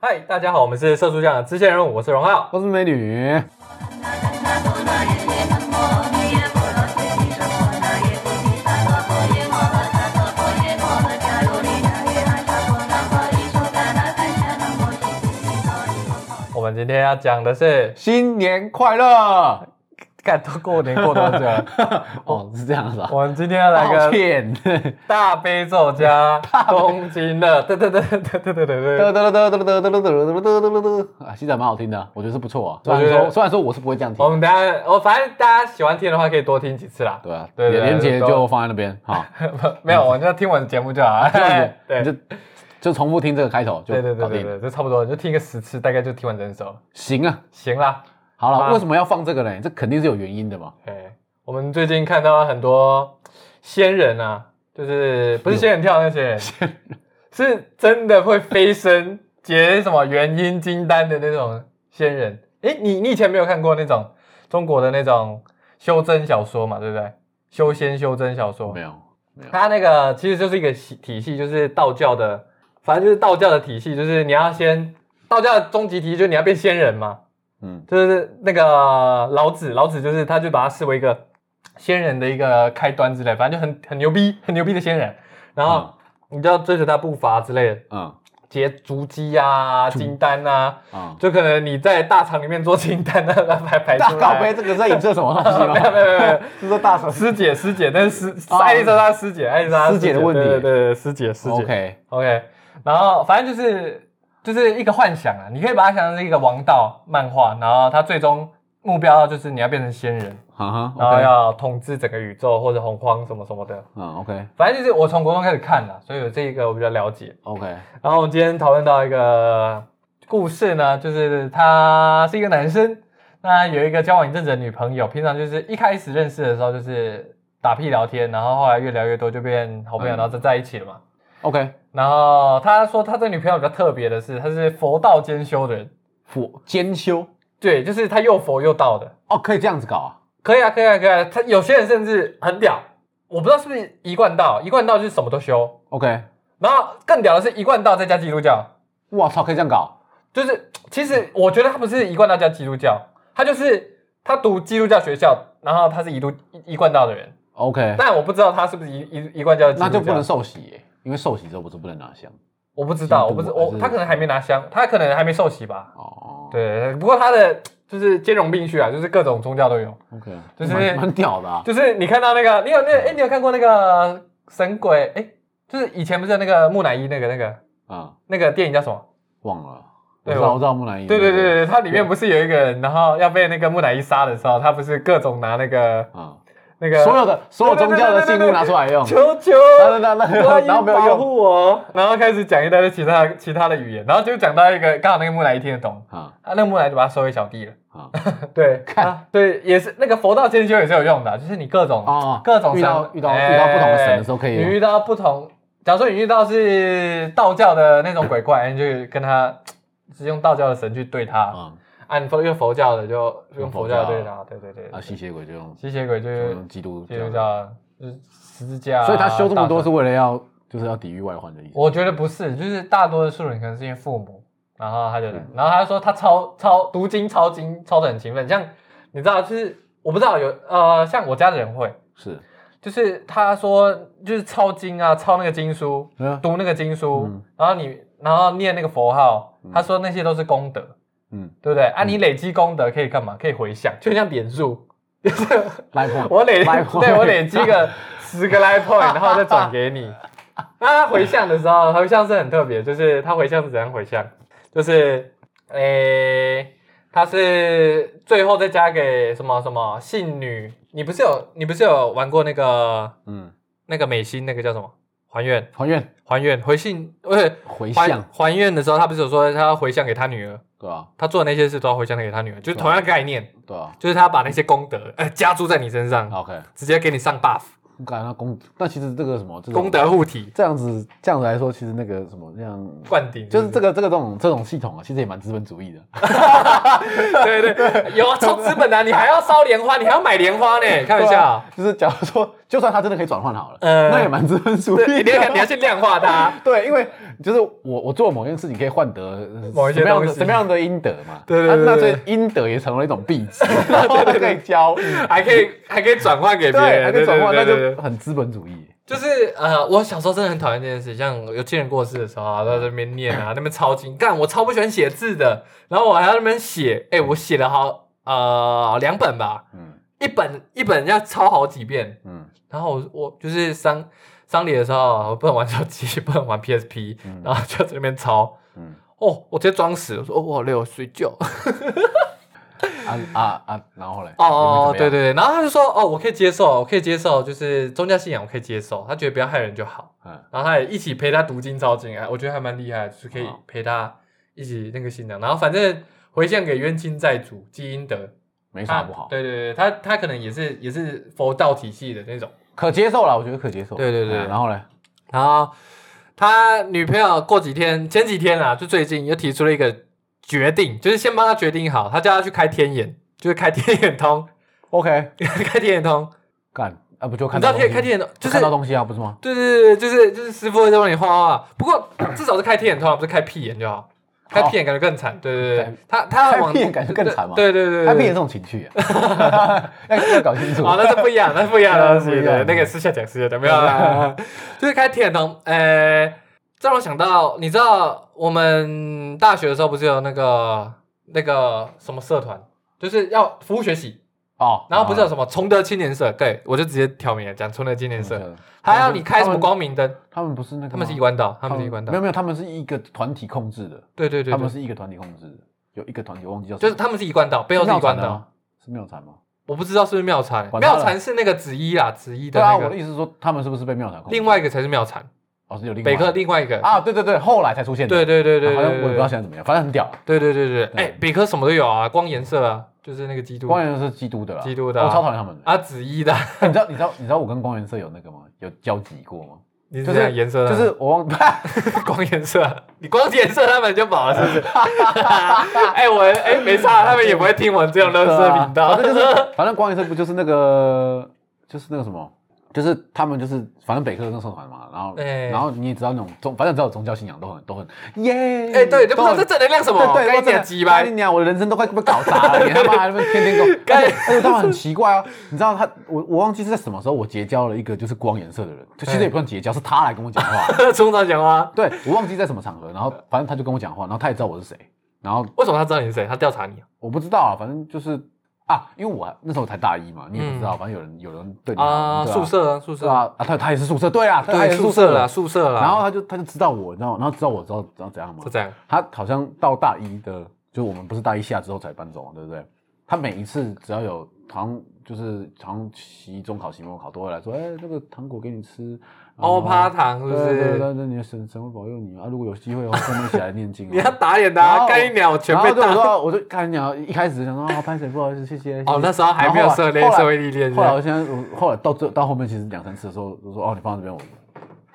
嗨，大家好，我们是社畜酱的支线任务，我是荣浩。我是美女，我们今天要讲的是，新年快乐！干都过年过多久 了？哦，是这样子啊，我们今天要来抱个歉，大悲咒加东京的，对对对对对对对对得得得得得得得得得得得得得啊，西仔蛮好听的，我觉得是不错啊。虽然我觉得说虽然说我是不会这样我听，们等一下，我反正大家喜欢听的话，可以多听几次啦。对啊，对对对连接都就放在那边好， 没有，我就听我的节目就 好了。这样子 对你就就重复听这个开头就对对搞对对定了。对，就差不多，就听个十次，大概就听完整首。行啊，行啦，好啊了，为什么要放这个呢？这肯定是有原因的嘛。哎，我们最近看到很多仙人啊，就是不是仙人跳那些人，是真的会飞升结什么元婴金丹的那种仙人。哎，你你以前没有看过那种中国的那种修真小说嘛？对不对？修仙修真小说没，有，没有它那个其实就是一个系体系，就是道教的，反正就是道教的体系，就是你要先道教的终极体系，就是你要变仙人嘛。嗯，就是那个老子，老子就是他就把它视为一个仙人的一个开端之类，反正就很很牛逼，很牛逼的仙人。然后嗯你就要追随他步伐之类的，嗯结足迹啊、金丹啊，嗯，就可能你在大厂里面做金丹啊， 把它排排大出搞杯来。这个在影射什么东西没有没吗？有没有没有，是说大神师姐师姐，但是师哦艾丽莎莎师姐，艾丽莎莎师姐的问题对对对对，师姐师姐。 ？OK， OK，然后反正就是就是一个幻想啊，你可以把它想成是一个王道漫画，然后它最终目标就是你要变成仙人，哈哈然后，OK，要统治整个宇宙或者洪荒什么什么的。嗯，OK 反正就是我从国中开始看的，所以有这一个我比较了解。 OK，然后我们今天讨论到一个故事呢，就是他是一个男生，那有一个交往一阵子的女朋友，平常就是一开始认识的时候就是打屁聊天，然后后来越聊越多就变好朋友，嗯然后就在一起了嘛。 OK，然后他说他这个女朋友比较特别的是，她是佛道兼修的人，佛兼修对，就是她又佛又道的。哦，可以这样子搞啊。可以啊，可以啊，可以啊。他有些人甚至很屌，我不知道是不是一贯道，一贯道就是什么都修。 OK，然后更屌的是一贯道再加基督教，我操，可以这样搞？就是其实我觉得他不是一贯道加基督教，他就是他读基督教学校，然后他是一度一贯道的人， OK，但我不知道他是不是一一一贯教的基督那教。就不能受洗耶，因为受洗之后不是不能拿香我不知道，我不基知督我还是他可能还没拿香，他可能还没受洗吧。哦。对，不过他的就是兼容并蓄啊，就是各种宗教都有。 ，OK，就是蛮蛮屌的啊。就是你看到那个，你有那个，哎、你有看过那个神鬼？哎、就是以前不是有那个木乃伊那个那个啊，那个电影叫什么？忘了，我对知我道，我知道木乃伊。对对对，对，它里面不是有一个人，然后要被那个木乃伊杀的时候，他不是各种拿那个啊，那个所有的所有宗教的信物拿出来用。求求，那那那观然后音没有保用护我，然后开始讲一大堆其他其他的语言，然后就讲到一个刚好那个木乃伊听得懂，啊啊，那个木乃伊就把他收为小弟了。 啊对，看啊对，也是那个佛道兼修也是有用的啊，就是你各种哦各种遇到神遇到哎遇到不同的神的时候可以你用遇到不同，假如说你遇到是道教的那种鬼怪，你就跟他是用道教的神去对他啊啊，你佛用佛教的就用佛教对用佛教他，对对对，啊！吸血鬼就用吸血鬼就就是用基督基督教，教，啊就是十字架啊，所以他修这么多大是神，为了要就是要抵御外患的意思。我觉得不是，就是大多数人可能是因为父母，然后他就来，然后他就说他抄抄读经抄经抄的很勤奋，像你知道就是。我不知道有呃，像我家的人会，是，就是他说就是抄经啊，抄那个经书，嗯读那个经书，嗯然后你然后念那个佛号，他说那些都是功德，嗯，对不对？啊，你累积功德可以干嘛？可以回向，就像点数，来碰我 累 Life point 对我累积 个十个 life point，然后再转给你。那他回向的时候，回向是很特别，就是他回向是怎样回向？就是诶、他是最后再加给什么什么信女？你不是有你不是有玩过那个嗯，那个美心那个叫什么？还愿，还愿还愿，回信不是回还向，还愿的时候，他不是有说他要回向给他女儿，对啊他做的那些事都要回向给他女儿，就是对啊同样的概念，对啊就是他把那些功德呃加注在你身上， ，OK。直接给你上 buff，我感觉到功，但其实这个什么这种功德护体，这样子这样子来说，其实那个什么这样，灌顶，就是这个，个这个这种这种系统啊，其实也蛮资本主义的。 对对对，有啊，超资本的啊，你还要烧莲花，你还要买莲花呢，开玩对笑啊，，就是假如说，就算它真的可以转换好了，嗯那也蛮资本主对，义你还你还的。去量化它，对，因为就是我我做某件事情可以换得某一些什么样东的西什么样的阴德嘛？对对对啊那对所以阴德也成为一种币 值，然后它可以交易，还可以还可以转换给别对，还人，可以转换，那对对对对就很资本主义。就是呃，我小时候真的很讨厌这件事，像有亲人过世的时候啊，在那边念 啊，那边抄经，干我超不喜欢写字的，然后我还要那边写，哎、我写了好呃两本吧，嗯一本一本要抄好几遍，嗯，然后我我就是丧丧礼的时候，啊我不能玩手机， 不能玩 PSP，、嗯然后就在那边抄，嗯哦，我直接装死，我说哦我好累，我睡觉， 啊啊啊，然后嘞？哦哦哦，你们怎么样对对，对，然后他就说哦我可以接受，我可以接受，就是宗教信仰我可以接受，他觉得不要害人就好。嗯然后他也一起陪他读经抄经，哎，我觉得还蛮厉害的，就是可以哦陪他一起那个信仰。然后反正回向给冤亲债主积阴德，没没啥不好，啊对对对，他他可能也是也是佛道体系的那种。可接受了，我觉得可接受。对对对嗯然后嘞？然后他女朋友过几天，前几天啊，就最近又提出了一个决定，就是先帮他决定好，他叫他去开天眼，就是开天眼通， OK，开天眼通，干啊，不就你看知道到天东西开天眼通就就是看到东西啊，不是吗？对对对，对就是就是师傅会在帮你画画，不过至少是开天眼，通啊常不是开屁眼就好。开屁眼感觉更惨，对对对对，他他哦开往屁眼感觉更惨嘛啊对对对，对他变成这。种情绪啊， 要要搞清楚。哦，那是不一样，那是不一样的东那是不西。一样对，那个私下讲，私下讲，没有啦。 就是开天眼通，呃，这让我想到，你知道我们大学的时候不是有那个那个什么社团，就是要服务学习，哦，然后不是有什么崇德青年社？对，我就直接挑明了讲崇德青年他社，们还要你开什么？他们光明灯，他们不是那个吗，他们是一关岛，他们是一关岛没有，没有，他们是一个团体控制的，对对对，他对们是一个团体控制的，有一个团体我忘记叫什就么，是他们是一贯道，背后是一妙贯禅道，吗？是妙禅吗？我不知道是不是妙禅，管他妙了禅是那个紫衣啦，紫衣的对啊，那我的个，意思是说他们是不是被妙禅控制？另外一个才是妙禅，哦是有另外北一科个另外一个，啊，对对对，后来才出现的，啊对对对对，好像我也不知道对现在怎么样，反正很屌。对对对对，对哎，北科什么都有啊，光颜色啊，就是那个基督光源是基督的啦，基督的啊我超讨厌 他们的。啊，紫衣的，你知道你知道你知道我跟光源社有那个吗？有交集过吗？你是就讲是颜色的就啊，是我 忘，光颜色，你光颜色他们就饱了，是不是？哎，我哎没差，他们也不会听我这种垃圾频道反，正就是反正光源社不就是那个就是那个什么，就是他们就是反正北科跟社团嘛，然后对然后你也知道那种宗，反正只要有宗教信仰都很都很耶，哎，对，都不知道这都很正能量什么，对该对，你的鸡掰跟，你讲，我的人生都快被搞砸了，你 他 妈还在那边天天跟我，干而且而且他们很奇怪哦，你知道他，我我忘记是在什么时候我结交了一个就是光颜色的人，就其实也不算结交，是他来跟我讲话， 冲上讲话。对我忘记在什么场合，然后反正他就跟我讲话，然后他也知道我是谁，然后为什么他知道你是谁？他调查你啊我不知道啊，反正就是啊，因为我还那时候才大一嘛，你也不知道，反正有人有人对你好嗯啊？对宿舍啊，宿是舍啊，啊他他也是宿舍，对啊，他也对，是宿舍啦，了，宿舍啦。然后他就他就知道我，你知道吗，然后知道我知道知道怎样吗是？这样，他好像到大一的，就我们不是大一下之后才搬走嘛，啊对不对？他每一次只要有糖，就是好像期中考、期末考，都会来说，哎、那个糖果给你吃。然后欧趴糖是不哦对对对，哦是？但是你的神神会保佑你啊！如果有机会的话，跟我们一起来念经、哦。 你要打脸然他，后干你鸟全然后被就我打。说，我就看你啊，一开始就想说啊，拍谁不好意思，谢谢。谢谢哦，那时候还没有涉猎然后后社来会历练是后来吧，我现在我后来到最到后面，其实两三次的时候，我说哦，你放在这边，我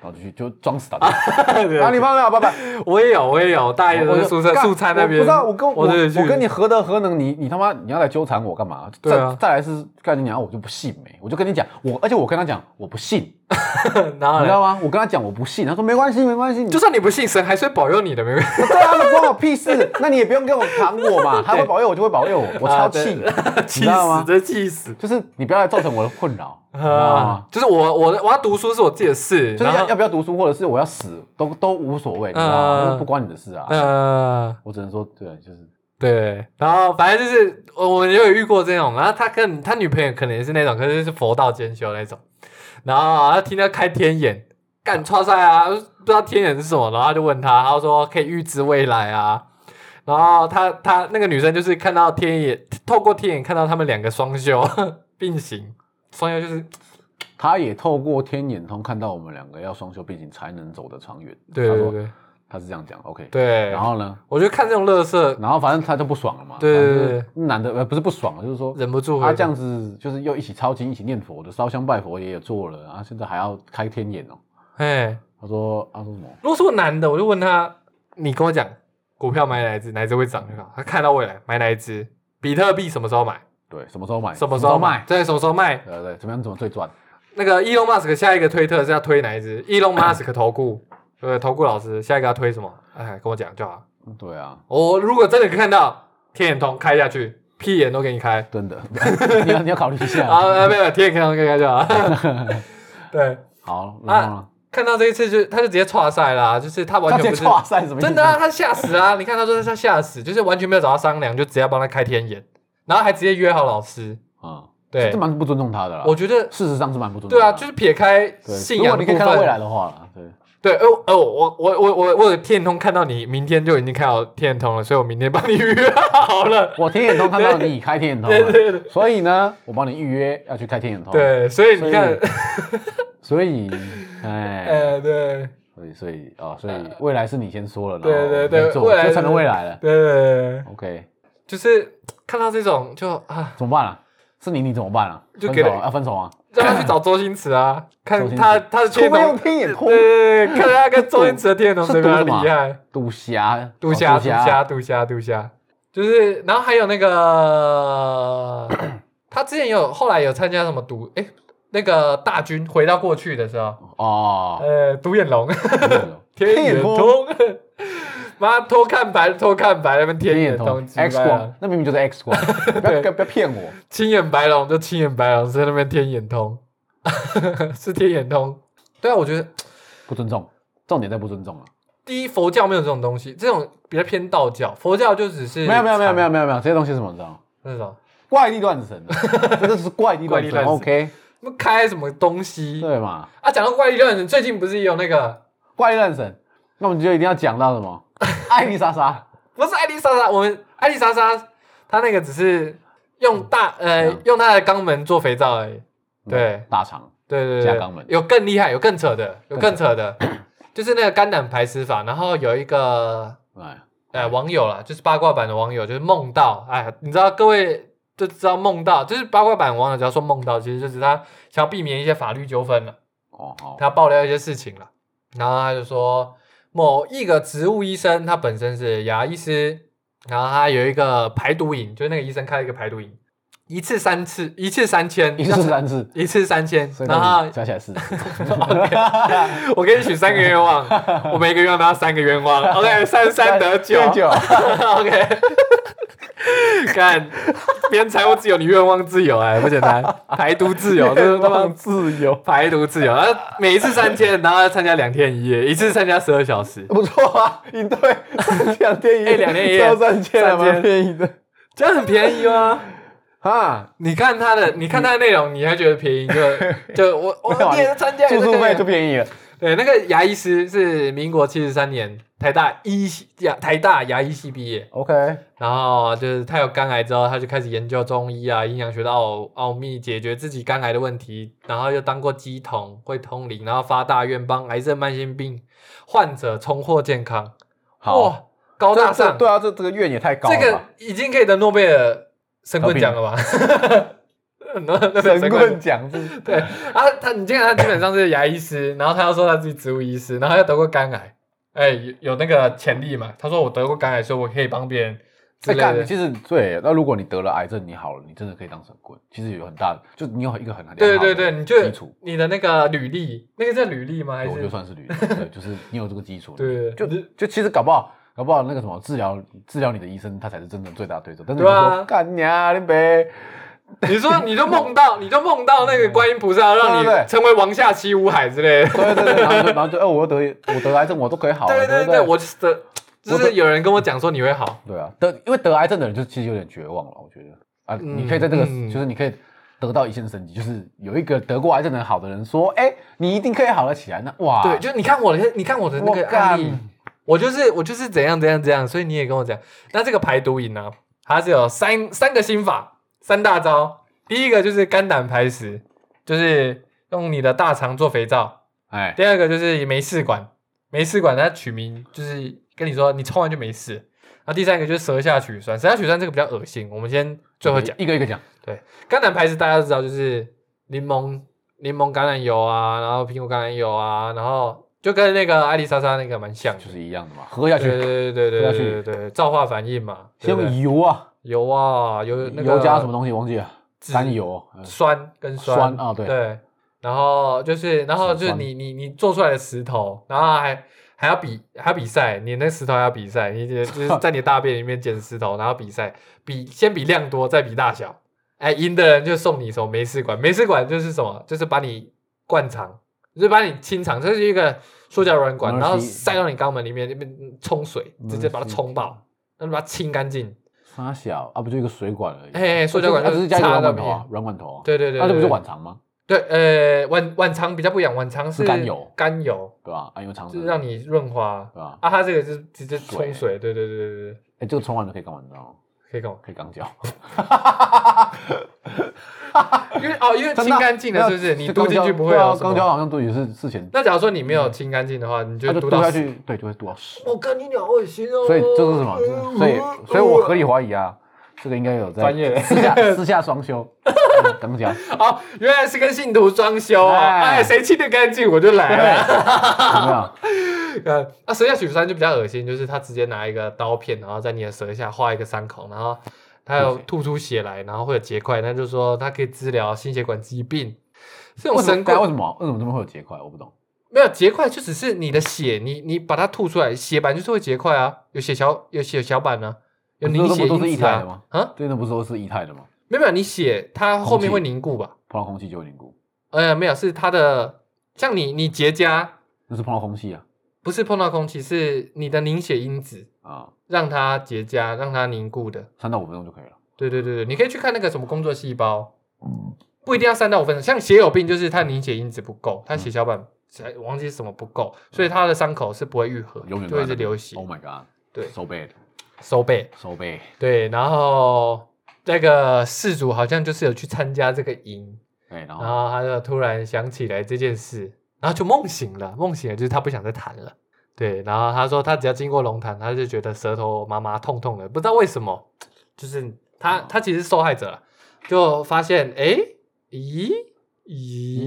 然后就去就装 死打电话。对啊，你放那，拜拜。我也有，我也有，大一的时我候就宿舍干宿餐那边，我不知道我跟我对去我跟你何德何能？你你他妈你要来纠缠我干嘛？对啊再再来是干你娘，我就不信没，我就跟你讲，我而且我跟他讲我不信，你然后知呢道吗？我跟他讲我不信，他说没关系没关系，你啊就算你不信神，还是会保佑你 的，没关系。对啊，那关我屁事。那你也不用跟我扛我嘛，他会保佑我就会保佑我，我超气， 你气知道死，吗？真啊气死！就是你不要来造成我的困扰，你知道吗啊，？就是我我我要读书是我自己的事，就是然要后要不要读书，或者是我要死，都都无所谓，你知道吗？嗯就是不关你的事啊。呃。我只能说，对，啊就是对，然后反正就是我我也有遇过这种，然后他跟他女朋友可能也是那种，可是是佛道兼修那种，然后啊他听他开天眼，干超赛啊，不知道天眼是什么，然后他就问他，他说可以预知未来啊，然后他他那个女生就是看到天眼，透过天眼看到他们两个双修 并行，双修就是他也透过天眼通看到我们两个要双修并行才能走得长远。对他对说对他是这样讲，OK。对，然后呢，我就看这种乐色，然后反正他就不爽了嘛。对对对反正就是男的呃不是不爽，就是说忍不住他会这样子就是又一起抄经，一起念佛的，烧香拜佛也有做了，然后现在还要开天眼哦。哎，他说他说什么？如果是我男的，我就问他，你跟我讲股票买哪一只，哪一只会涨就好。他看到未来买哪一只，比特币什么时候买，对，什么时候买？什么时候卖，？对，什么时候卖。对对，怎么样怎么最赚？那个 Elon Musk 下一个推特是要推哪一只？Elon Musk 投顾对，投顾老师，现在给他推什么？哎，跟我讲就好。对啊，我、如果真的看到天眼通开下去，屁眼都给你开 真的，你要你要考虑一下。啊！啊没有，天眼通开开就好。 对，啊好，然后呢？看到这一次就他就直接岔赛啦，就是他完他全直不接是哇塞，什么意思 真的啊，他吓死啊！ 你看他说他吓死，就是完全没有找他商量，就直接帮他开天眼，然后还直接约好老师。啊？对这，蛮不尊重他的啦。我觉得事实上是蛮不尊重对他啊，的。就是撇开对信仰如果的你可部以看到未来分，的话啦，对， 对，哦哦，我我我我我有天眼通看到你明天就已经看到天眼通了，所以我明天帮你预约好 了。我天眼通看到你开天眼通对了，对对所以呢，我帮你预约要去开天眼通。，对，所以你看， 所以，哎， 呃，对所以所以啊，所以未来是你先说了，对然后对你对做未来就成了是未来了。对对， OK，就是看到这种就啊，怎么办啊？是你，你怎么办啊？就分给手他啊，要分手啊？让他去找周星驰啊， 周看星驰他他是除天非眼通，用天眼对通，对，对看他 跟周星驰的天眼通是谁比较赌的嘛厉害。 赌侠，杜哦虾、杜虾、杜虾、杜虾，就是，然后还有那个，他之前有后来有参加什么赌，哎，那个大军回到过去的时候，哦， 呃，独眼龙、天眼通通，妈偷看白偷看白，那边天天眼眼通啊通 X 鸡巴光，那明明就是 X 光，不要不要骗我。青眼白龙就青眼白龙，在那边天眼通， 是天眼通，对啊，我觉得不尊重，重点在不尊重啊！第一佛教没有这种东西，这种比较偏道教，佛教就只是没有没有没有没有没有没有，这些东西是什么你知道吗？那种。怪力乱 神，这就是怪力乱怪力乱神。神 OK，他们开什么东西？对嘛？啊，讲到怪力乱神，最近不是也有那个怪力乱神，那我们就一定要讲到什 么？艾丽莎 莎，不是艾丽莎莎，我们艾丽莎莎她那个只是用大呃、嗯用她的肛门做肥皂而已。对大肠，对对加对，肛门有更厉害，有更扯的，有更更扯 的，就是那个肝胆排石法。然后有一个哎，呃网友啦，就是八卦版的网友，就是梦到，哎，你知道各位就知道梦到，就是八卦版网友只要说梦到，其实就是他想要避免一些法律纠纷了。哦好，他爆料一些事情了，然后他就说某一个植物医生，他本身是牙医师，然后他有一个排毒营，就是那个医生开了一个排毒营，一次三次，一次三千，一次三次，一次三千所，以然那后你加起来四 次。他我给你许三个愿望，我每一个愿望都要三个愿望，OK，三 三得九，OK，看， 别人财务自由，你愿望自由，哎，不简单，排毒自由，这是他妈自由，排毒自由，然后每一次三天，然后要参加两天一夜，一次参加十二小时，不错啊，一对两天一哎夜，两天一夜要三千还三千蛮便宜的这样很便宜吗？啊。你看他的，你看他的内容，你还觉得便宜就就 我我没有啊你也参加住宿费就就便宜了，对那个牙医师是民国七十三年台大医系牙台大牙医系毕业， OK，然后就是他有肝癌之后，他就开始研究中医啊、阴阳学的奥奥秘，解决自己肝癌的问题，然后又当过鸡童，会通灵，然后发大愿帮癌症慢性病患者重获健康。好，哇，高这大这上，对啊，这这个愿也太高了这吧，个已经可以得诺贝尔神棍奖了 吧？诺 贝尔神棍奖是对啊，他你见他基本上是牙医师，然后他又说他自己植物医师，然后他又得过肝癌，哎、有有那个潜力嘛？他说我得过肝癌，所以我可以帮别人之哎，类干，的。你其实对，那如果你得了癌症，你好了，你真的可以当神棍。其实有很大，就你有一个很良好的对对对，你就基础，你的那个履历，那个叫履历吗？还我觉得是算是履历，对，就是你有这个基础，对就你就其实搞不好，搞不好那个什么治疗治疗你的医生，他才是真正最大的对手。但是你对啊说干娘你呗，你说你就梦到你就梦到那个观音菩萨让对对你对成为王下七武海之类的。对对对，然后就然后就，哎，我得我得癌症，我都可以好了，对对对不对，我是得就是有人跟我讲说你会好。对啊，得因为得癌症的人就其实有点绝望了，我觉得啊，嗯你可以在这个、嗯就是你可以得到一线生机，就是有一个得过癌症的好的人说，哎、你一定可以好得起来，那哇，对，就你看我的，你看我的那个啊我案例干，我就是我就是怎样怎样怎样，所以你也跟我讲，那这个排毒饮呢，它是有三三个心法，三大招。第一个就是肝胆排石，就是用你的大肠做肥皂；哎，第二个就是没事管，没事管它取名就是跟你说你冲完就没事。然后第三个就是舌下取酸，舌下取酸这个比较恶心，我们先最后讲。一个一个讲，橄榄牌子大家都知道，就是柠檬柠檬橄榄油啊，然后苹果橄榄油啊，然后就跟那个艾丽莎莎那个蛮像的就，是一样的嘛，喝下对去，对对对对喝下对去对对对，皂化反应嘛，对先不对油啊，油啊油那个油加什么东西忘记了，脂甘油，呃酸跟酸酸啊对对，然后就是然后就是酸你你你做出来的石头，然后还还要比还要比赛，你那石头还要比赛，你得就是在你的大便里面捡石头，然后比赛，比先比量多，再比大小。哎，赢的人就送你什么美食馆，美食馆就是什么，就是把你灌肠，就是把你清肠，这是一个塑胶软管，然后然后洗塞到你肛门里面，那边冲水，直接把它冲爆，然后把它清干净。沙小啊，不就一个水管而已。啊哎塑胶管它只是加一个插软到管头啊，软管头啊。对对对，那这对不就对晚肠吗？对，呃，晚晚肠比较不一样，晚肠是是甘油甘油对吧？啊，因为肠就子是让你润滑对吧？啊，它这个就是直接冲水水，对对对对对，哎，这个冲完就可以干嘛？你知道吗？可以干嘛？可以肛交。因为哦，因为真清的啊干 净了，是不是？没你有就嘟肛进交去不会对啊有什肛交么？好像对于是事前，那假如说你没有清干净的话，你它就就嘟嘟到下死。去，啊对，就会嘟到屎。我跟你讲，恶心哦！所以这是什么？所以，所以我合理怀疑啊，这个应该有在专业私下私下双 修，嗯肛交。哦，原来是跟信徒装修哦！哎哎，谁清的干净我就来了。哎有 没有？呃，那舌下取栓就比较恶心，就是他直接拿一个刀片，然后在你的舌下画一个伤口，然后他有吐出血来，然后会有结块，那就说他可以治疗心血管疾病。这种为什么神棍对啊？为什么？为什么这么会有结块？我不懂。没有结块，就只是你的血，你你把它吐出来，血板就是会结块啊，有血小有血小板啊，有凝血不是都不都是因液子态的啊吗。啊，对，那不是都是液态的吗？没有没有，你血它后面空气会凝固吧？碰到空气就会凝固，呃，没有，是它的，像你你结痂，那是碰到空气啊不是碰到空气，是你的凝血因子啊，让它结痂，让它凝固的。三到五分钟就可以了。对对对对，你可以去看那个什么工作细胞，不一定要三到五分钟。像血友病就是它凝血因子不够，它血小板哎忘记什么不够，所以它的伤口是不会愈合，永远就会一直流血。 Oh my god！对，so bad，so 收背。 bad。对，然后那个事主好像就是有去参加这个营，对，哎然然后后他就突然想起来这件事，然后就梦醒了，梦醒了就是他不想再谈了。对，然后他说他只要经过龙潭，他就觉得舌头麻麻痛痛的，不知道为什么，就是他哦他其实是受害者了，就发现哎咦咦，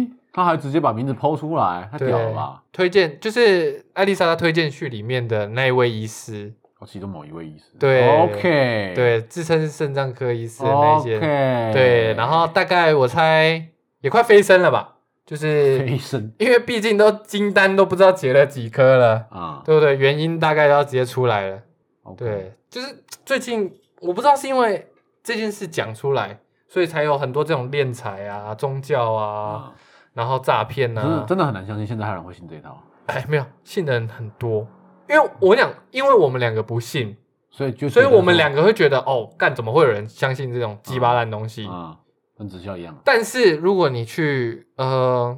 咦，他还直接把名字抛出来，太对嗯屌了吧？，推荐就是艾丽莎她推荐序里面的那一位医师，我其中某一位医师。对，OK，，对，自称是肾脏科医师的那些。 ，OK，对，然后大概我猜也快飞升了吧，就是医生因为毕竟都金丹都不知道结了几颗了，啊，对不对？原因大概都要直接出来了。 OK，对，就是最近我不知道是因为这件事讲出来，所以才有很多这种敛财啊、宗教啊，啊，然后诈骗真的啊。真的很难相信现在还有人会信这一套，哎，没有，信的人很多，因为我讲，因为我们两个不信，所以就所以我们两个个会觉得哦，干怎么会有人相信这种鸡巴烂东西？啊，跟直销一样，但是如果你去，呃，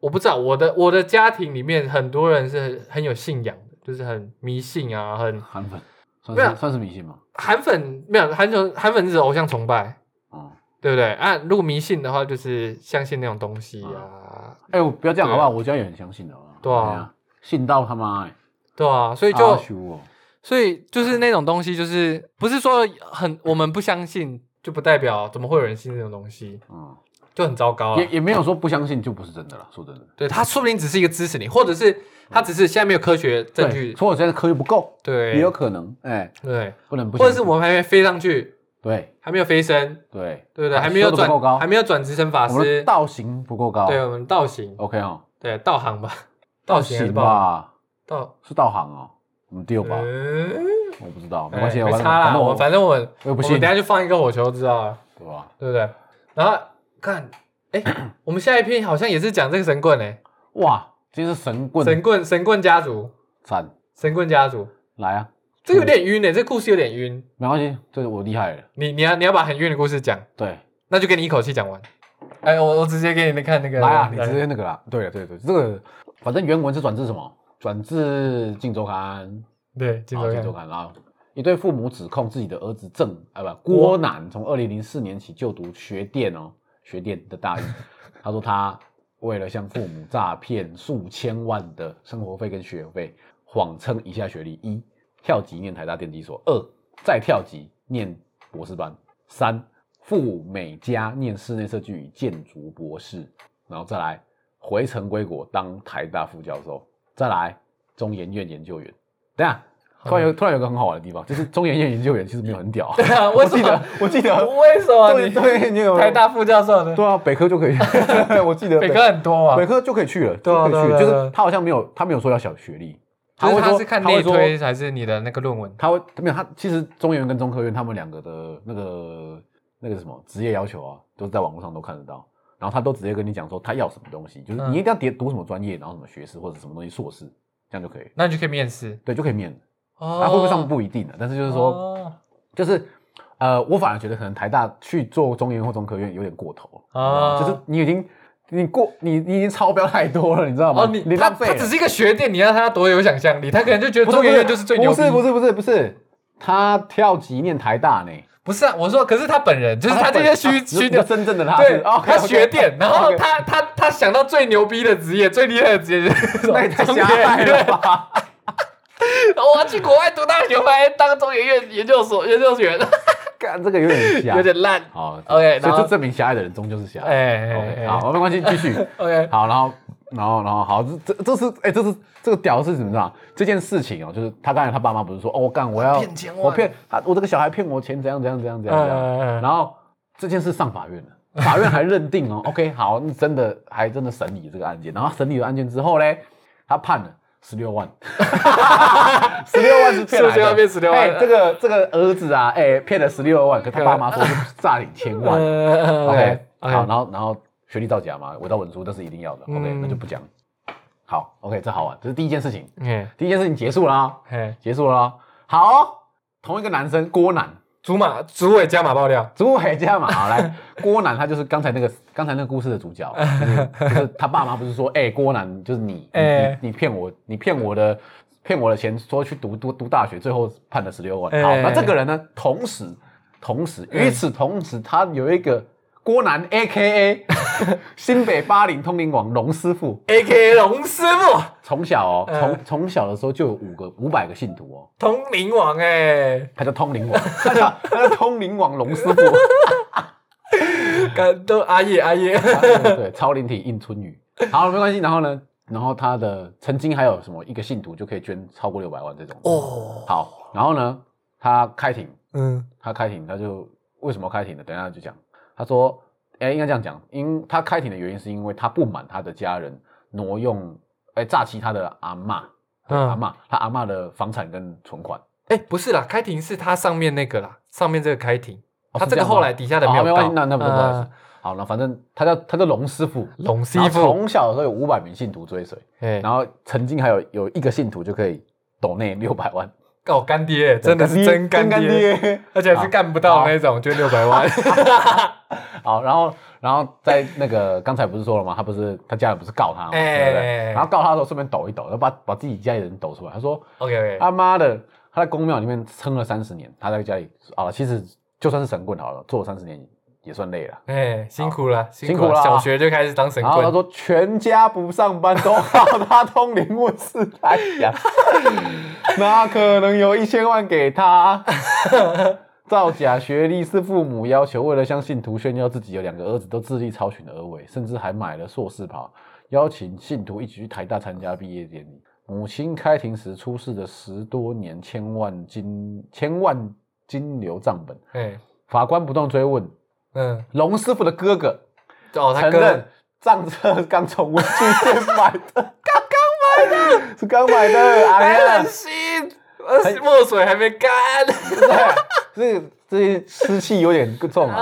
我不知道我的我的家庭里面很多人是很很有信仰的，就是很迷信啊，很韩粉算没有是算是迷信吗？韩粉没有韩粉韩粉是偶像崇拜，嗯，对不对啊？如果迷信的话，就是相信那种东西啊，哎，我不要这样好不好？我家也很相信的，好不好对啊哎呀，信到他妈哎，对啊，所以就、阿修哦，所以就是那种东西，就是不是说很我们不相信，就不代表怎么会有人信这种东西，嗯，就很糟糕了也。也没有说不相信就不是真的了，说真的，对他说不定只是一个支持你，或者是他只是现在没有科学证对据，说我现在科学不够，对也有可能，哎，对。不能不相或信，者是我们还没飞上去，对还没有飞升，对对不对？啊还没有修得转不够高，还没有转直升法我们的师，道行不够高，对我们道行， ，OK 哦，对道行吧， 道行还是行道吧，道，是道行哦，我们丢吧，嗯，我不知道，没哎关系，没反正差反啦，正我我反正我我也不我信们等下就放一个火球，知道了，对吧？对不对？然后看，哎， 我们下一篇好像也是讲这个神棍诶，哇，今天是神神棍棍神棍家族，斩，神棍家族，来啊，这个有点晕诶，这故事有点晕，没关系，这个我厉害了，你你要你要把很晕的故事讲，对，那就给你一口气讲完。哎，我我直接给你看那个，来啊，你直接那个啦，对对对，这个反正原文是转自什么？转自《镜周刊》，对，镜好头镜看周。刊》啊。一对父母指控自己的儿子郑，啊不，郭楠从二零零四年起就读学电哦，学电的大一。 他说他为了向父母诈骗数千万的生活费跟学友费，谎称以下学历：一、跳级念台大电机所；二、再跳级念博士班；三、赴美加念室内设计与建筑博士，然后再来回城归国当台大副教授，再来中研院研究员。等一下，突然有突然有个很好玩的地方，就是中研院研究员其实没有很 屌。对啊，我为什记么得？我记得为什么对啊你对，你有台大副教授呢？对啊，北科就可以， 我记得北科很多啊北，科就可以去了，对啊就可以去对啊对了。啊就对是啊他好像没有，他没有说要小学历，就会是他说是看他会内说推还是你的那个论文？他会没有他其实中研院跟中科院他们两个的那个那个什么职业要求啊，都是在网络上都看得到。然后他都直接跟你讲说他要什么东西，就是嗯你一定要读读什么专业，然后什么学士或者什么东西硕士，这样就可以了，那你就可以面试。对，就可以面了。哦他会不会上不一定啊，但是就是说，哦就是呃，我反而觉得可能台大去做中研院或中科院有点过头了啊就是你已经你过你你已经超标太多了，你知道吗？哦，你你他浪费他了。只是一个学店，你让他多有想象力，他可能就觉得不是中研院就是最牛不逼。是不是不是不是，他跳级念台大呢，不是啊，我说，可是他本人啊就是他这些虚虚的的，真正的他对是，哦，他学 电，然后 OK 他他他想到最牛逼的职业、最厉害的职业就是 这种那也太中狭研隘 了院吧？然后哦我要去国外读大学，我还当中研院研究所研究员，干这个有点狭隘，有点烂。好 OK，然所以后就证明狭隘的人终究是狭隘。哎 OK，好，没关系，继续。 ，OK，好，然后，然后，然后，好，这这这是，哎、这是这个屌的是怎么着？这件事情哦，就是他刚才他爸妈不是说，哦，我干，我要骗钱我骗他，我这个小孩骗我钱，怎样怎样怎样怎样怎样。嗯嗯嗯然后这件事上法院了，法院还认定哦 ，OK，好，那真的还真的审理这个案件，然后审理了案件之后嘞，他判了。十 六万，十六万是骗来的， 16万变16万哎这个这个儿子啊，哎、骗了十六万，可他爸妈说是诈领千万，呃 OK，好，好，然后然后学历造假嘛，伪造文书这是一定要的。OK，嗯那就不讲。好，OK，这好玩，这是第一件事情，嗯，第一件事情结束了啊，嘿，结束了啊。好，同一个男生郭楠，竹马竹尾加码爆料，竹尾加嘛，好来， 郭楠他就是刚才那个刚才那个故事的主角， 就是就是他爸妈不是说，哎，郭楠就是你，你哎你骗我，你骗我的。骗我的钱，说去读读读大学，最后判了十六万。好，哎那这个人呢？同时，同时，与此同时，他有一个郭楠 A K A 新北巴林通灵王龙师傅， A K A 龙师傅，从小哦，嗯从从小的时候就有五个五百个信徒哦，通灵王哎，他叫通灵王，他叫他叫通灵王龙师傅，感动阿叶阿叶， 对，超灵体应春雨。好，没关系。然后呢，然后他的曾经还有什么一个信徒就可以捐超过六百万这种哦，好，然后呢，他开庭，嗯，他开庭，他就为什么开庭呢？等一下就讲。他说，哎、应该这样讲，因他开庭的原因是因为他不满他的家人挪用，哎、诈欺他的阿嬷，阿嗯，嬷，他阿嬷的房产跟存款。哎，不是啦，开庭是他上面那个啦，上面这个开庭，哦他是这这个样后吗来底下的没好有没关系，到，那那不不好意思嗯。好，那反正他叫他叫龙师傅，龙师然后傅，从小的时候有五百名信徒追随，哎，然后曾经还有有一个信徒就可以抖内六百万，哦，干爹，真的是真干干爹，爹。而且是干不到那种，就六百万，好，然后然后在那个刚才不是说了吗？他不是他家人不是告他吗？哎对不对？然后告他的时候顺便抖一抖，然后把把自己家里人抖出来。他说 OK OK，他妈的，他在公庙里面撑了三十年，他在家里啊，其实就算是神棍好了，做了三十年也算累了。哎，辛苦了，辛辛苦了，了小学就开始当神然后他棍，说全家不上班都靠他通灵问世来养， 那可能有一千万给他。 造假学历是父母要求，为了向信徒炫耀自己有两个儿子都智力超群而为，甚至还买了硕士袍，邀请信徒一起去台大参加毕业典礼。母亲开庭时出示的十多年千万金千万金流账本，哎，法官不断追问嗯，龙师傅的哥哥哦，他承哥认账册刚从文具店买的， 刚刚买的，是刚买的，哎还呀很，新，哎呃墨水还没干。这这些湿气有点重啊。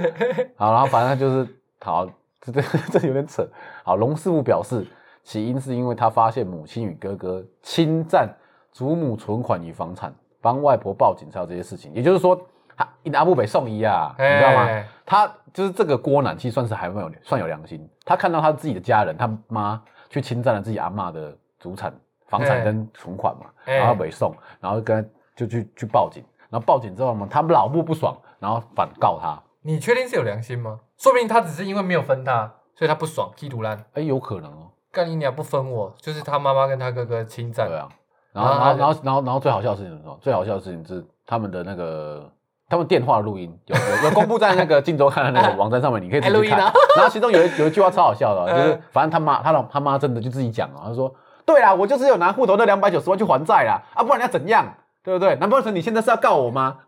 好，然后反正就是好， 这这这有点扯。好，龙师傅表示，起因是因为他发现母亲与哥哥侵占祖母存款与房产，帮外婆报警才有这些事情。也就是说，他阿布北送医啊，你知道吗哎？他就是这个郭南，其实算是还蛮有算有良心。他看到他自己的家人，他妈去侵占了自己阿嬷的祖产、房哎产跟存款嘛，哎然后北送，然后跟他就去去报警，然后报警之后嘛，他们老母不爽，然后反告他。你确定是有良心吗？说不定他只是因为没有分他，所以他不爽，踢毒烂。哎，有可能哦，干你娘不分我，就是他妈妈跟他哥哥侵占。对啊。然后，然后，然后，然后，然后最好笑的事情是什么？最好笑的事情是他们的那个他们电话录音有有有公布在那个《荆州看》的那个网站上面，你可以自己哎录去音看啊。然后其中有一有一句话超好笑的哦，就嗯是反正他妈他老他妈真的就自己讲啊，他说对啦，我就只有拿户头那两百九十万去还债啦，啊，不然你要怎样？对不对？难不成你现在是要告我吗？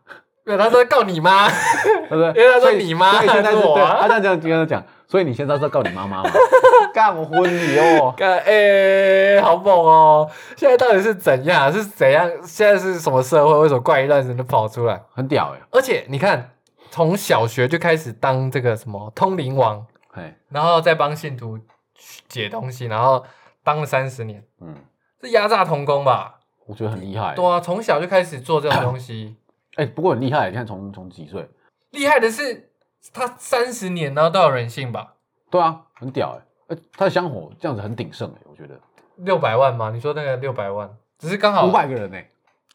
没有，他说告你妈，对不对？因为他说所以你妈所以现在是还是我对，啊他这样讲，这样讲，所以你现在是要告你妈妈吗？ 干我昏你 哦！干哎、好猛哦！现在到底是怎样？啊是怎样？现在是什么社会？为什么怪异乱神都跑出来？很屌哎、而且你看，从小学就开始当这个什么通灵王，嘿，然后再帮信徒解东西，然后当了三十年，嗯，这压榨童工吧？我觉得很厉害、欸对啊，从小就开始做这种东 西。哎、不过很厉害、你看从从几岁？厉害的是他三十年，然后都有人性吧？对啊，很屌哎、欸！他的香火这样子很鼎盛哎、我觉得六百万吗？你说那个六百欸万，只是刚好五百个人哎、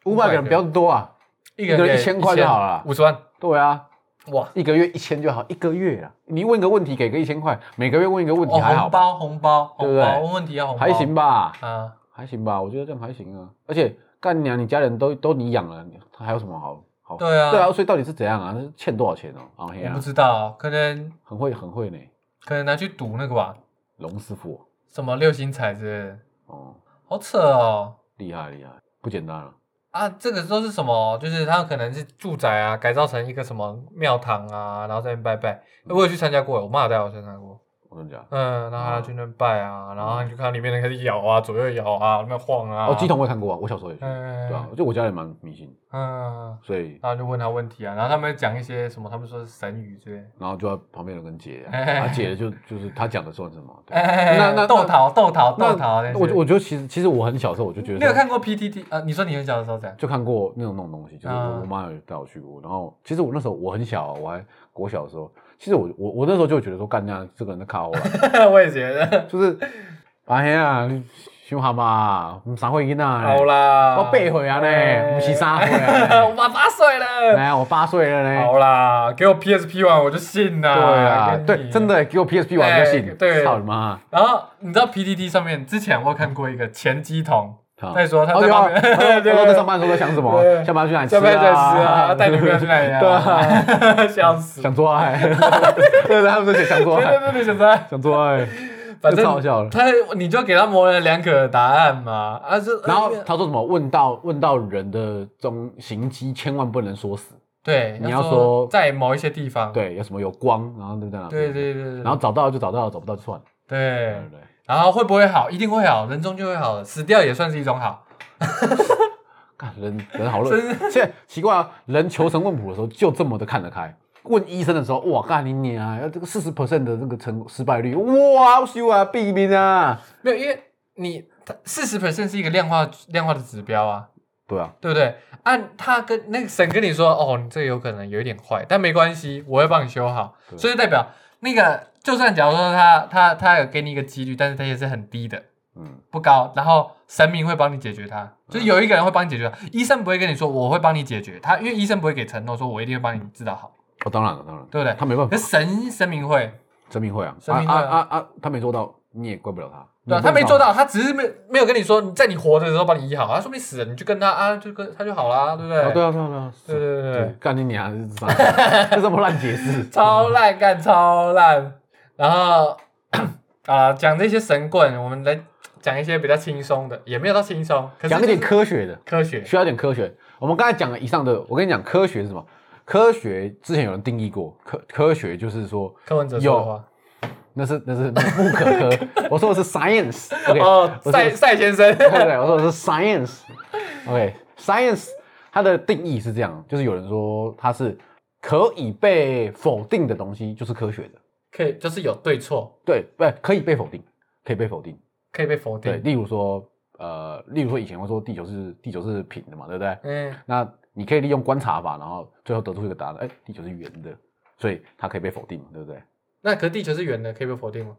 五500百个人不要多啊！一个人一个人给1000块就好了五十万对啊，哇！一个月一千就好，一个月啊！你问个问题给个一千块，每个月问一个问题哦，还红好吧？包红包对不红对包，问问题要红包还行吧？啊！还行吧？我觉得这样还行啊！而且干娘，你家人都都你养了，你他还有什么好好？对啊对啊！所以到底是怎样啊？是欠多少钱哦？啊嘿我啊不，知道，可能很会很会呢，可能拿去赌那个吧，龙师傅哦什么六星彩之类的，哦，好扯哦。厉害厉害，不简单啊！啊，这个都是什么？就是他可能是住宅啊，改造成一个什么庙堂啊，然后在那边拜拜。我有去参加过，我妈有带我去参加过。我跟你讲，嗯，然后哦他去那边拜啊，然后你就看到里面人开始摇啊，左右摇啊，那边晃啊。哦，鸡。桶我也看过啊，我小时候也去，嗯，对啊，就我家人蛮迷信，嗯，所以然后就问他问题啊，然后他们讲一些什么，他们说是神语之类的。然后就在旁边有人解 啊，哎他解的就就是他讲的算什么？对啊哎那 那豆桃豆桃豆桃那些，那我我觉得其实其实我很小时候我就觉得你有说，看过 PTT 啊？你说你很小的时候怎样？就看过那种那种东西，就是嗯我我妈有带我去过，然后其实我那时候我很小啊，我还我小的时候，其实我我我那时候就觉得说干那这个人在 卡我啊， 我也觉得，就是哎呀，你凶蛤嘛，我们啊三岁囡好仔呢，啦，哎我八岁啊呢，不是三岁啊哎 我妈八岁呢，了。哎呀，我八岁了呢。好啦，给我 PSP 玩我就信啦。对啊，跟对，你真。的给我 PSP 玩不哎信，对操你妈！然后你知道 PTT 上面之前我有看过一个前机筒，好再说他哦在有啊旁边 对对他说在上班的时候在想什对么？下班去哪里吃在啊？被在吃啊， 带女朋友去哪里对啊，啊？笑死！想 做爱，对对，他们说想做对对爱，对对，小三，想做爱，反这超好正笑了。他你就给他模棱两可的答案嘛，啊这然后他说什么？问到问到人的中行迹，千万不能说死。对你要说在某一些地方，对，有什么有光，然后对不对？对对对对，然后找到就找到，找不到就算了。对对，对对，然后会不会好？一定会好，人终究会好的，死掉也算是一种好。看人人好乐。现在奇怪啊，人求神问卜的时候就这么的看得开。问医生的时候，哇，干你娘啊！要这个四十 percent 的那个成失败率，哇，好羞啊，毙命啊！没有，因为你四十 percent 是一个量化量化的指标啊，对啊，对不对？按他跟那个神跟你说，哦，你这个有可能有一点坏，但没关系，我会帮你修好。对所以代表那个，就算假如说他他他有给你一个几率，但是他也是很低的，嗯，不高。然后神明会帮你解决它，就是有一个人会帮你解决它。医生不会跟你说我会帮你解决他，因为医生不会给承诺说我一定会帮你治疗好，哦，当然了，当然了，对不对他？没办可法，是神神明会，神明会啊，神明会啊啊啊啊啊，他没做到，你也怪不了他，对啊，你他也不能没做到，他只是没有没有跟你说，你在你活着的时候把你医好，他啊说不定死了你就跟他啊，就跟他就好啦，对不对？啊，对啊，对啊，对啊，对对对对对，干你娘，这是啥 这这么乱解释， 超烂干超烂。然后 啊，讲这些神棍，我们来讲一些比较轻松的，也没有到轻松，可是讲一点科学的，科学。需要一点科学。我们刚才讲了以上的，我跟你讲，科学是什么？科学之前有人定义过，科科学就是说柯文哲说的话，那是那是不可 科，我说的是 science。OK，哦，我说赛赛先生， 对对，我说的是 science。OK，science、它的定义是这样，就是有人说它是可以被否定的东西，就是科学的。可以就是有对错，对，不可以被否定，可以被否定。可以被否对，定。例如说，呃，例如说以前会说地球是地球是平的嘛，对不对？嗯，那你可以利用观察法，然后最后得出一个答案，哎，地球是圆的，所以它可以被否定嘛，对不对？那可是地球是圆的，可以被否定吗？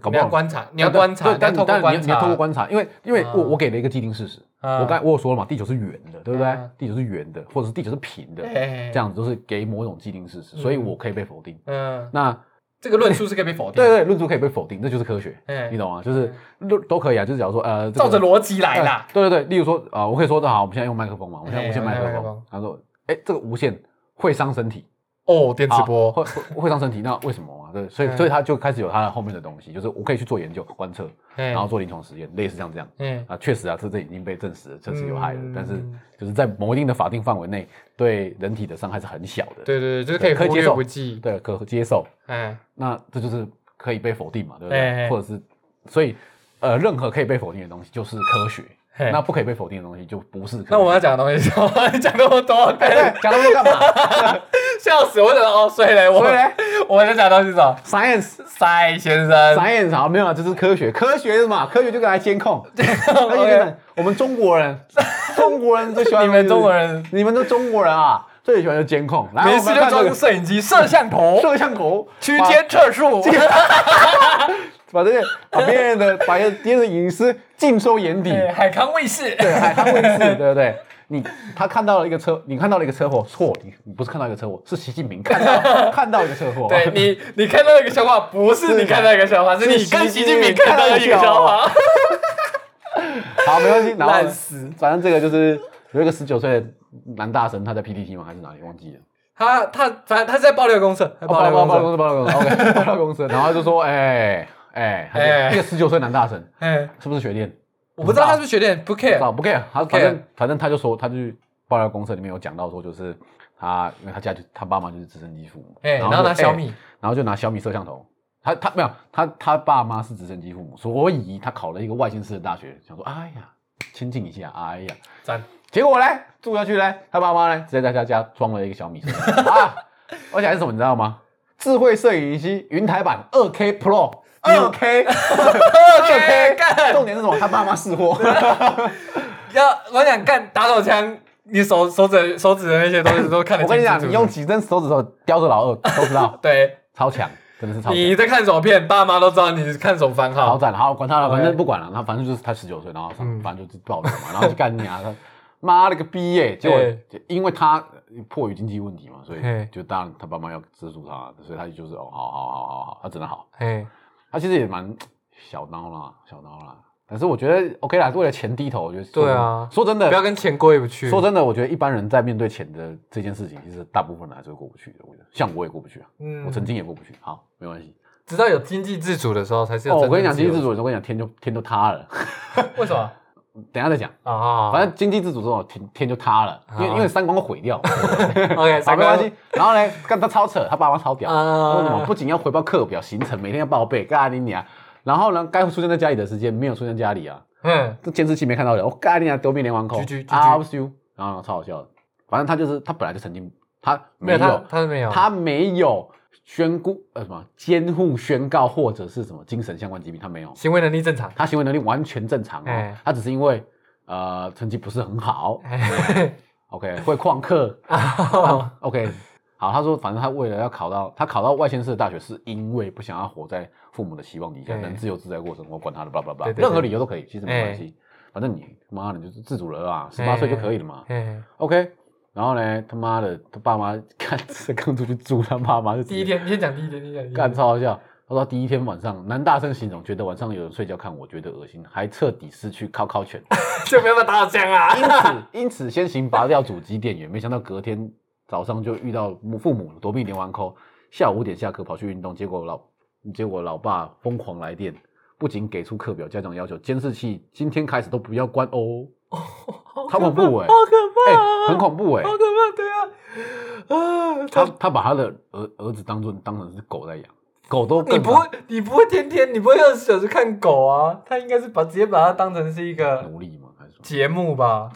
搞你不要好观察，你要观察，对但你要透但过你要观你要透过察。观察，因为因为我嗯我给了一个既定事实，嗯我刚才我有说了嘛，地球是圆的，对不对嗯？地球是圆的，或者是地球是平的，哎这样子就是给某种既定事实，所以我可以被否定。嗯，那这个论述是可以被否定 对的，对，论述可以被否定，这就是科学哎，你懂吗？就是都都可以啊，就是假如说呃，这个照着逻辑来啦。哎对对对，例如说啊，我可以说的好，我们现在用麦克风嘛，我们现在哎无线麦克麦克风风，他说，哎，这个无线会伤身体，哦，电磁波，会会会伤身体，那为什么啊？对，所嗯以所以他就开始有他的后面的东西，就是我可以去做研究、观测，然然后做临床实验，类似像这样嗯，啊，确实啊，这这已经被证实了，确实有害了嗯，但是就是在某一定的法定范围内，对人体的伤害是很小的，对对对，就是可以对可以忽略接受不计，对，可接受。哎，那这就是可以被否定嘛，对不哎哎对？或者是所以呃，任何可以被否定的东西就是科学，嘿那不可以被否定的东西就不是科学。那我们要讲的东西是什么？讲那么 多，哎对讲那么多干嘛？笑死我！想说哦，所以嘞，我所以嘞 我在讲的东西是什么？ ，science 塞先生， science 好没有啊，这是科学，科学是嘛？科学就给它监控，科学就是我们中国人，中国人最喜欢你们中国，人你们都中国人啊，最喜欢就监控，来没我事们就看这装个摄影机、摄像 头、 摄像头区把间测哎速，把这些把别人的把别人的隐私尽收眼底，对海康卫视，对，还还会是，对不对？你他看到了一个车，你看到了一个车祸，错，你你不是看到一个车祸，是习近平 看到看到一个车祸，对你，你看到一个笑话，不是你看到一个笑话，是你跟习近平看到的一个笑话。 好，没关系，然后烂死反正这个就是有一个十九岁的男大神，他在 PPT 吗？还是哪里忘记了？ 他他反正他是在爆料公社，他哦爆料料公公社，司，爆料公司，OK，爆料公司，然后他就说，哎哎，他就哎一个十九岁男大神哎，是不是学电？我不知道他是不是学电，不 care，啊，不 care，他 care 反正反正他就说，他就去爆料公社里面有讲到说，就是他因为他家就他爸妈就是直升机父母，哎，然后就拿小哎米，然后就拿小米摄像头。他他没有，他他爸妈是直升机父母，所以他考了一个外县市的大学，想说哎呀，亲近一下，哎呀，赞，结果呢，住下去呢，他爸妈呢直接在他家装了一个小米摄像头 啊，而且还是什么你知道吗？智慧摄影机云台版二 K Pro，二 K 二 2K 干重点是什么？他爸妈试货， 要我想干打手枪，你手手指手指的那些东西都看得我清跟清你讲，楚你楚。，用几根手指头叼着老二都知道 对，超强，真的是超强。你在看手片，爸妈都知道你是看手番好号。展，好管他了， OK 反正不管了，他反正就是他十九岁，然后嗯反正就是暴走嘛，然后就干你啊，他妈了个逼耶！结果因为他呃迫于经济问题嘛，所以嘿就当然他爸妈要资助他，所以他就是哦，好好好好好，他只能好，嘿，他其实也蛮小孬啦，小孬啦，但是我觉得 OK 啦，为了钱低头，我觉得对啊说真的不要。跟钱过意不去。说真的，我觉得一般人在面对钱的这件事情，其实大部分人还是会过不去的。我觉得，像我也过不去啊，嗯我曾经也过不去。好，没关系。直到有经济自主的时候，才是有哦，我跟真你讲，正经济自自主，我跟你讲，天就天就塌了。由，为什么？等一下再讲。啊啊，反正经济自主之后，天天就塌了，因为啊因为三观会毁 掉。正 OK，好，三没观关系。然后呢，干他超扯，他爸妈超屌，啊说什么不仅要回报课表、行程，每天要报备，干你娘！然后呢，该出现在家里的时间没有出现在家里啊，嗯，这监视器没看到的，我干你娘，丢面连环扣 GG ，R U，然后超好笑的。反正他就是他本来就曾经他没没有他有他是没有，他没有宣告呃什么监护宣告或者是什么精神相关疾病，他没有。行为能力正常。他行为能力完全正常哎哦，他只是因为呃成绩不是很 好哎，OK 会旷课哦，OK 好，他说反正他为了要考到他考到外县市的大学，是因为不想要活在父母的希望底下，哎能自由自在过生活，管他的，叭叭叭，对对对哎任何理由都可以，其实没关系，反正你妈的你就是自主了啊，十八岁就可以了嘛哎， ，OK。然后呢，他妈的，他爸妈 看这刚出去住，他爸妈就直接第一天，你先讲第一天，你先讲第一干天。超好笑。他说第一天晚上，男大声形容，觉得晚上有人睡觉看我，觉得恶心，还彻底失去靠靠权，就不要把打手枪啊！因此 因此先行拔掉主机电源。没想到隔天早上就遇到母父母躲避连环扣，下午五点下课跑去运动，结果老结果老爸疯狂来电，不仅给出课表，家长要求监视器今天开始都不要关哦，超恐怖好欸可哎、哎、怕啊，很恐怖哎、好可怕，对啊，啊，他他他把他的儿儿子当做当成是狗在养，狗都你更不把会，你不会天天，你不会二十小时看狗啊？他应该是把直接把它当成是一个奴隶吗？还是 什么？节目吧，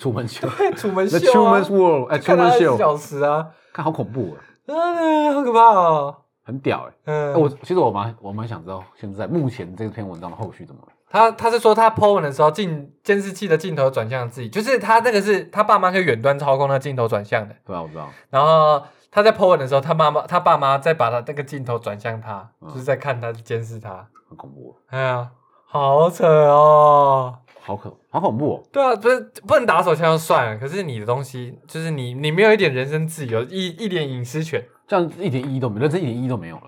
出门秀。楚门 The 秀啊 Truman，World，哎，看出它门二 十秀，小时啊，看好恐怖啊，啊，好可怕哦。很屌哎！嗯，哎我其实我蛮我蛮想知道现在目前这篇文章的后续怎么了。他他是说他 po 文的时候，镜监视器的镜头转向自己，就是他那个是他爸妈可以远端操控那镜头转向的，对啊吧？我知道，然后他在 po 文的时候，他妈妈他爸妈再把他那个镜头转向他，嗯就是在看他监视他。很恐怖，哦哎呀，好扯哦。好可好恐怖哦！对啊，不是不能打手枪就算了，可是你的东西就是你，你没有一点人身自由，一一点隐私权。这样一点意义都没有，认真一点意义都没有了，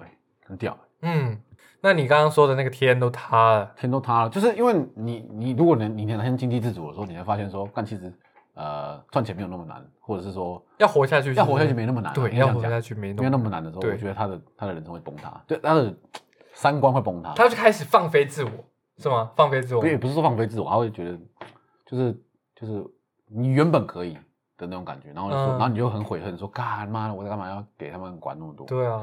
很屌。嗯，那你刚刚说的那个天都塌了，天都塌了，就是因为你你如果能你哪天经济自主的时候，你才发现说，干其实呃赚钱没有那么难，或者是说要活下去，要活下去没那么难啊，对，应该这要样活讲下去没那没有那么，么难的时候，对我觉得他的他的人生会崩塌，对他的三观会崩塌。他就开始放飞自我，是吗？放飞自我不，也不是说放飞自我，他会觉得就是就是你原本可以的那种感觉，然后你说，嗯然后你就很悔恨，说干妈的，我在干嘛要给他们管那么多？对啊，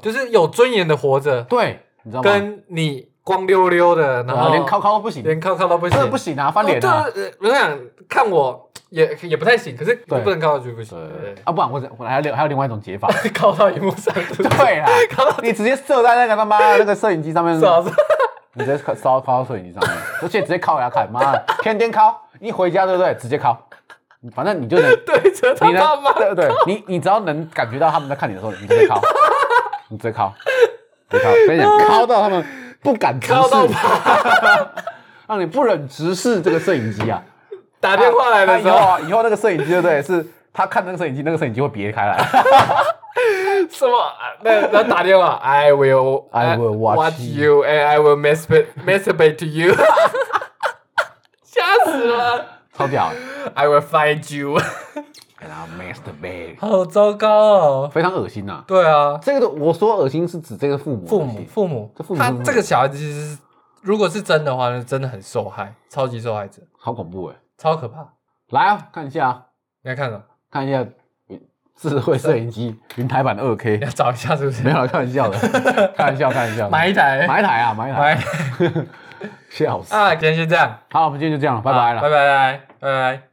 就是有尊严的活着，对，你知道吗？跟你光溜溜的，然然后后连靠靠都不行，连靠靠都不真的行，不行啊，翻脸啊！哦对我想看我也也不太行，可是不对能靠到就不行。对对 对对啊，不然或者还有另还有另外一种解法，对靠到荧幕上， 对，对啊，你直接射在那个他妈那个摄影机上 面是，啊，是啊你直接靠烧靠到摄影机上面，而且直接靠给他看，妈的，天天靠，一回家对不对？直接靠，反正你就能对着他你呢爸？妈，对对，你你只要能感觉到他们在看你的时候，你直接 靠，你直接靠，直接靠，跟你讲，靠到他们不敢直靠到视，让你不忍直视这个摄影机啊！打电话来的时他以后候，啊，以后那个摄影机对不对？是他看那个摄影机，那个摄影机会别开来。 什么？啊那然后打电 话，I will I will watch you and I will masturbate masturbate to you，吓死了超屌的， ！I will find you， 给他 masturbate，好糟糕哦。非常恶心呐、对啊，这个的我说恶心是指这个父母恶心，父母父母这父，母他真的这个小孩子其实是如果是真的话，那真的很受害，嗯超级受害者，好恐怖哎、超可怕。来啊，看一下啊，你要看哦什么？看一下嗯智慧摄影机云台版二 K 你要。找一下是不是？ 没有啦，开玩笑的，开玩笑，开玩笑。买一台，买一台啊，买一台，买笑死。 啊！今天先这样，好，我们今天就这样了，拜拜好了拜。拜拜拜。